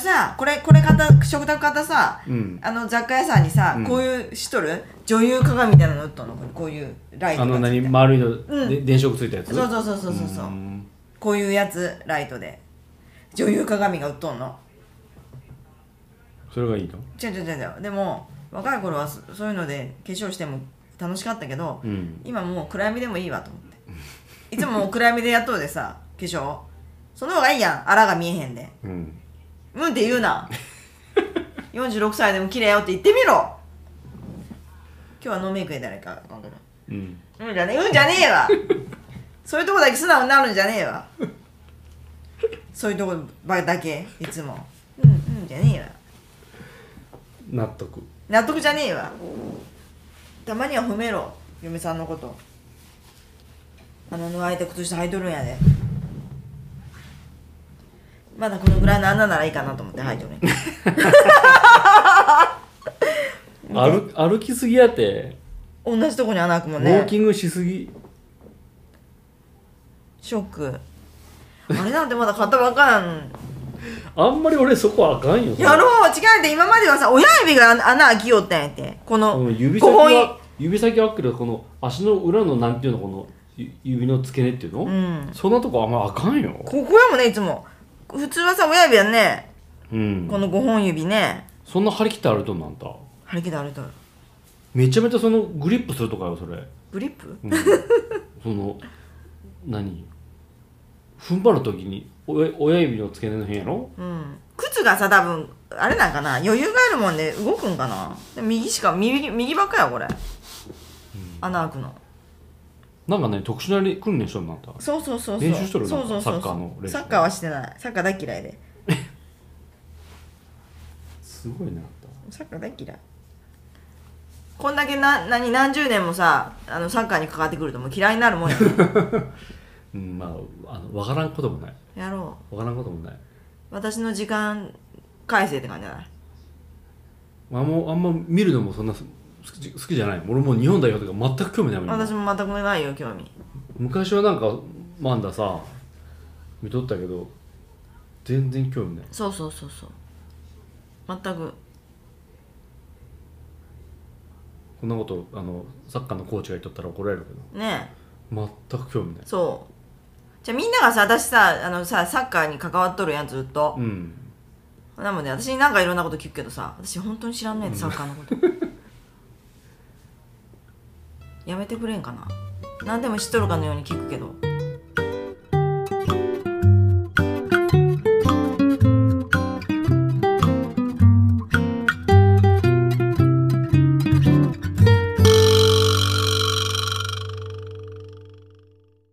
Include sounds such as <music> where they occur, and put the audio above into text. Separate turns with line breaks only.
さこれこれ型食卓型さ、
うん
あの雑貨屋さんにさ、
うん
こういうしとる女優鏡みたいなの売っとんのこういうライト
あの
がつい
何
て
丸いの、
うん
で電飾ついたやつ
そうそうそうそうそうそう
うん
こういうやつライトで女優鏡が売っとんの
それがいいの
違う違う違う違うでも若い頃はそそういうので化粧しても楽しかったけど、
うん
今もう暗闇でもいいわと思っていつももう暗闇でやっとるでさ化粧その方がいいやんあらが見えへんで
うん
うんって言うな46歳でも綺麗よって言ってみろ今日はノーメイクで誰かわかんない
うん
うんじゃねえうんじゃねえわそういうとこだけ素直になるんじゃねえわそういうとこばだけいつもうんうんじゃねえわ
納得
納得じゃねえわたまには褒めろ嫁さんのこと穴の開いた靴下履いとるんやでまだこのぐらいの穴ならいいかなと思って履いとるんや
歩歩きすぎやって、
同じとこに穴開くもん
ウォ
ね
ーキングしすぎ
ショックあれなんてまだ買ったばっかなん
あんまり俺そこあかんよ
やろう違うで今まではさ親指が穴開きよったんやってこの、
うん、指先
ここに
は指先はあっけどこの足の裏のなんていうのこのゆ指の付け根っていうの、
うん
そんなとこあんまあかんよ、
ここやもんねいつも普通はさ親指やんね
うん
こ、の5本指ね
そんな張り切って歩いとんなんだ
張り切って歩いとる
めちゃめちゃそのグリップするとかよそれ、
グリップ
うんその何踏ん張る時に親親指の付け根の辺やろ
うん靴がさ多分あれなんかな余裕があるもんで動くんかなでも右しか右右ばっかやこれ、穴開くの
なんかね特殊なり訓練しとんなんだ
そうそうそうそう
練習しとるな
そうそうそうそう
サッカーの練習
サッカーはしてないサッカー大嫌いです
ごいなあんた
サッカー大嫌いこんだけな何何十年もさあのサッカーにかかってくるともう嫌いになるもんや <laughs>
うんまああの分からんこともない
やろ
分からんこともないう
私の時間返せって感じじゃない
あんまあんま見るのもそんな好き好きじゃない俺もう日本代表とか全く興味ないもん今
私も全くないよ興味
昔はなんかマンダさ見とったけど全然興味ない
そうそうそうそう全く
こんなことあのサッカーのコーチが言っとったら怒られるけ
ね
ど全く興味ない
えそうじゃあみんながさ私さあのさサッカーに関わっとるやんずっと
う、ん
なので私になんかいろんなこと聞くけどさ私本当に知らんねえってサッカーのことやめてくれんかな何でも知っとるかのように聞くけど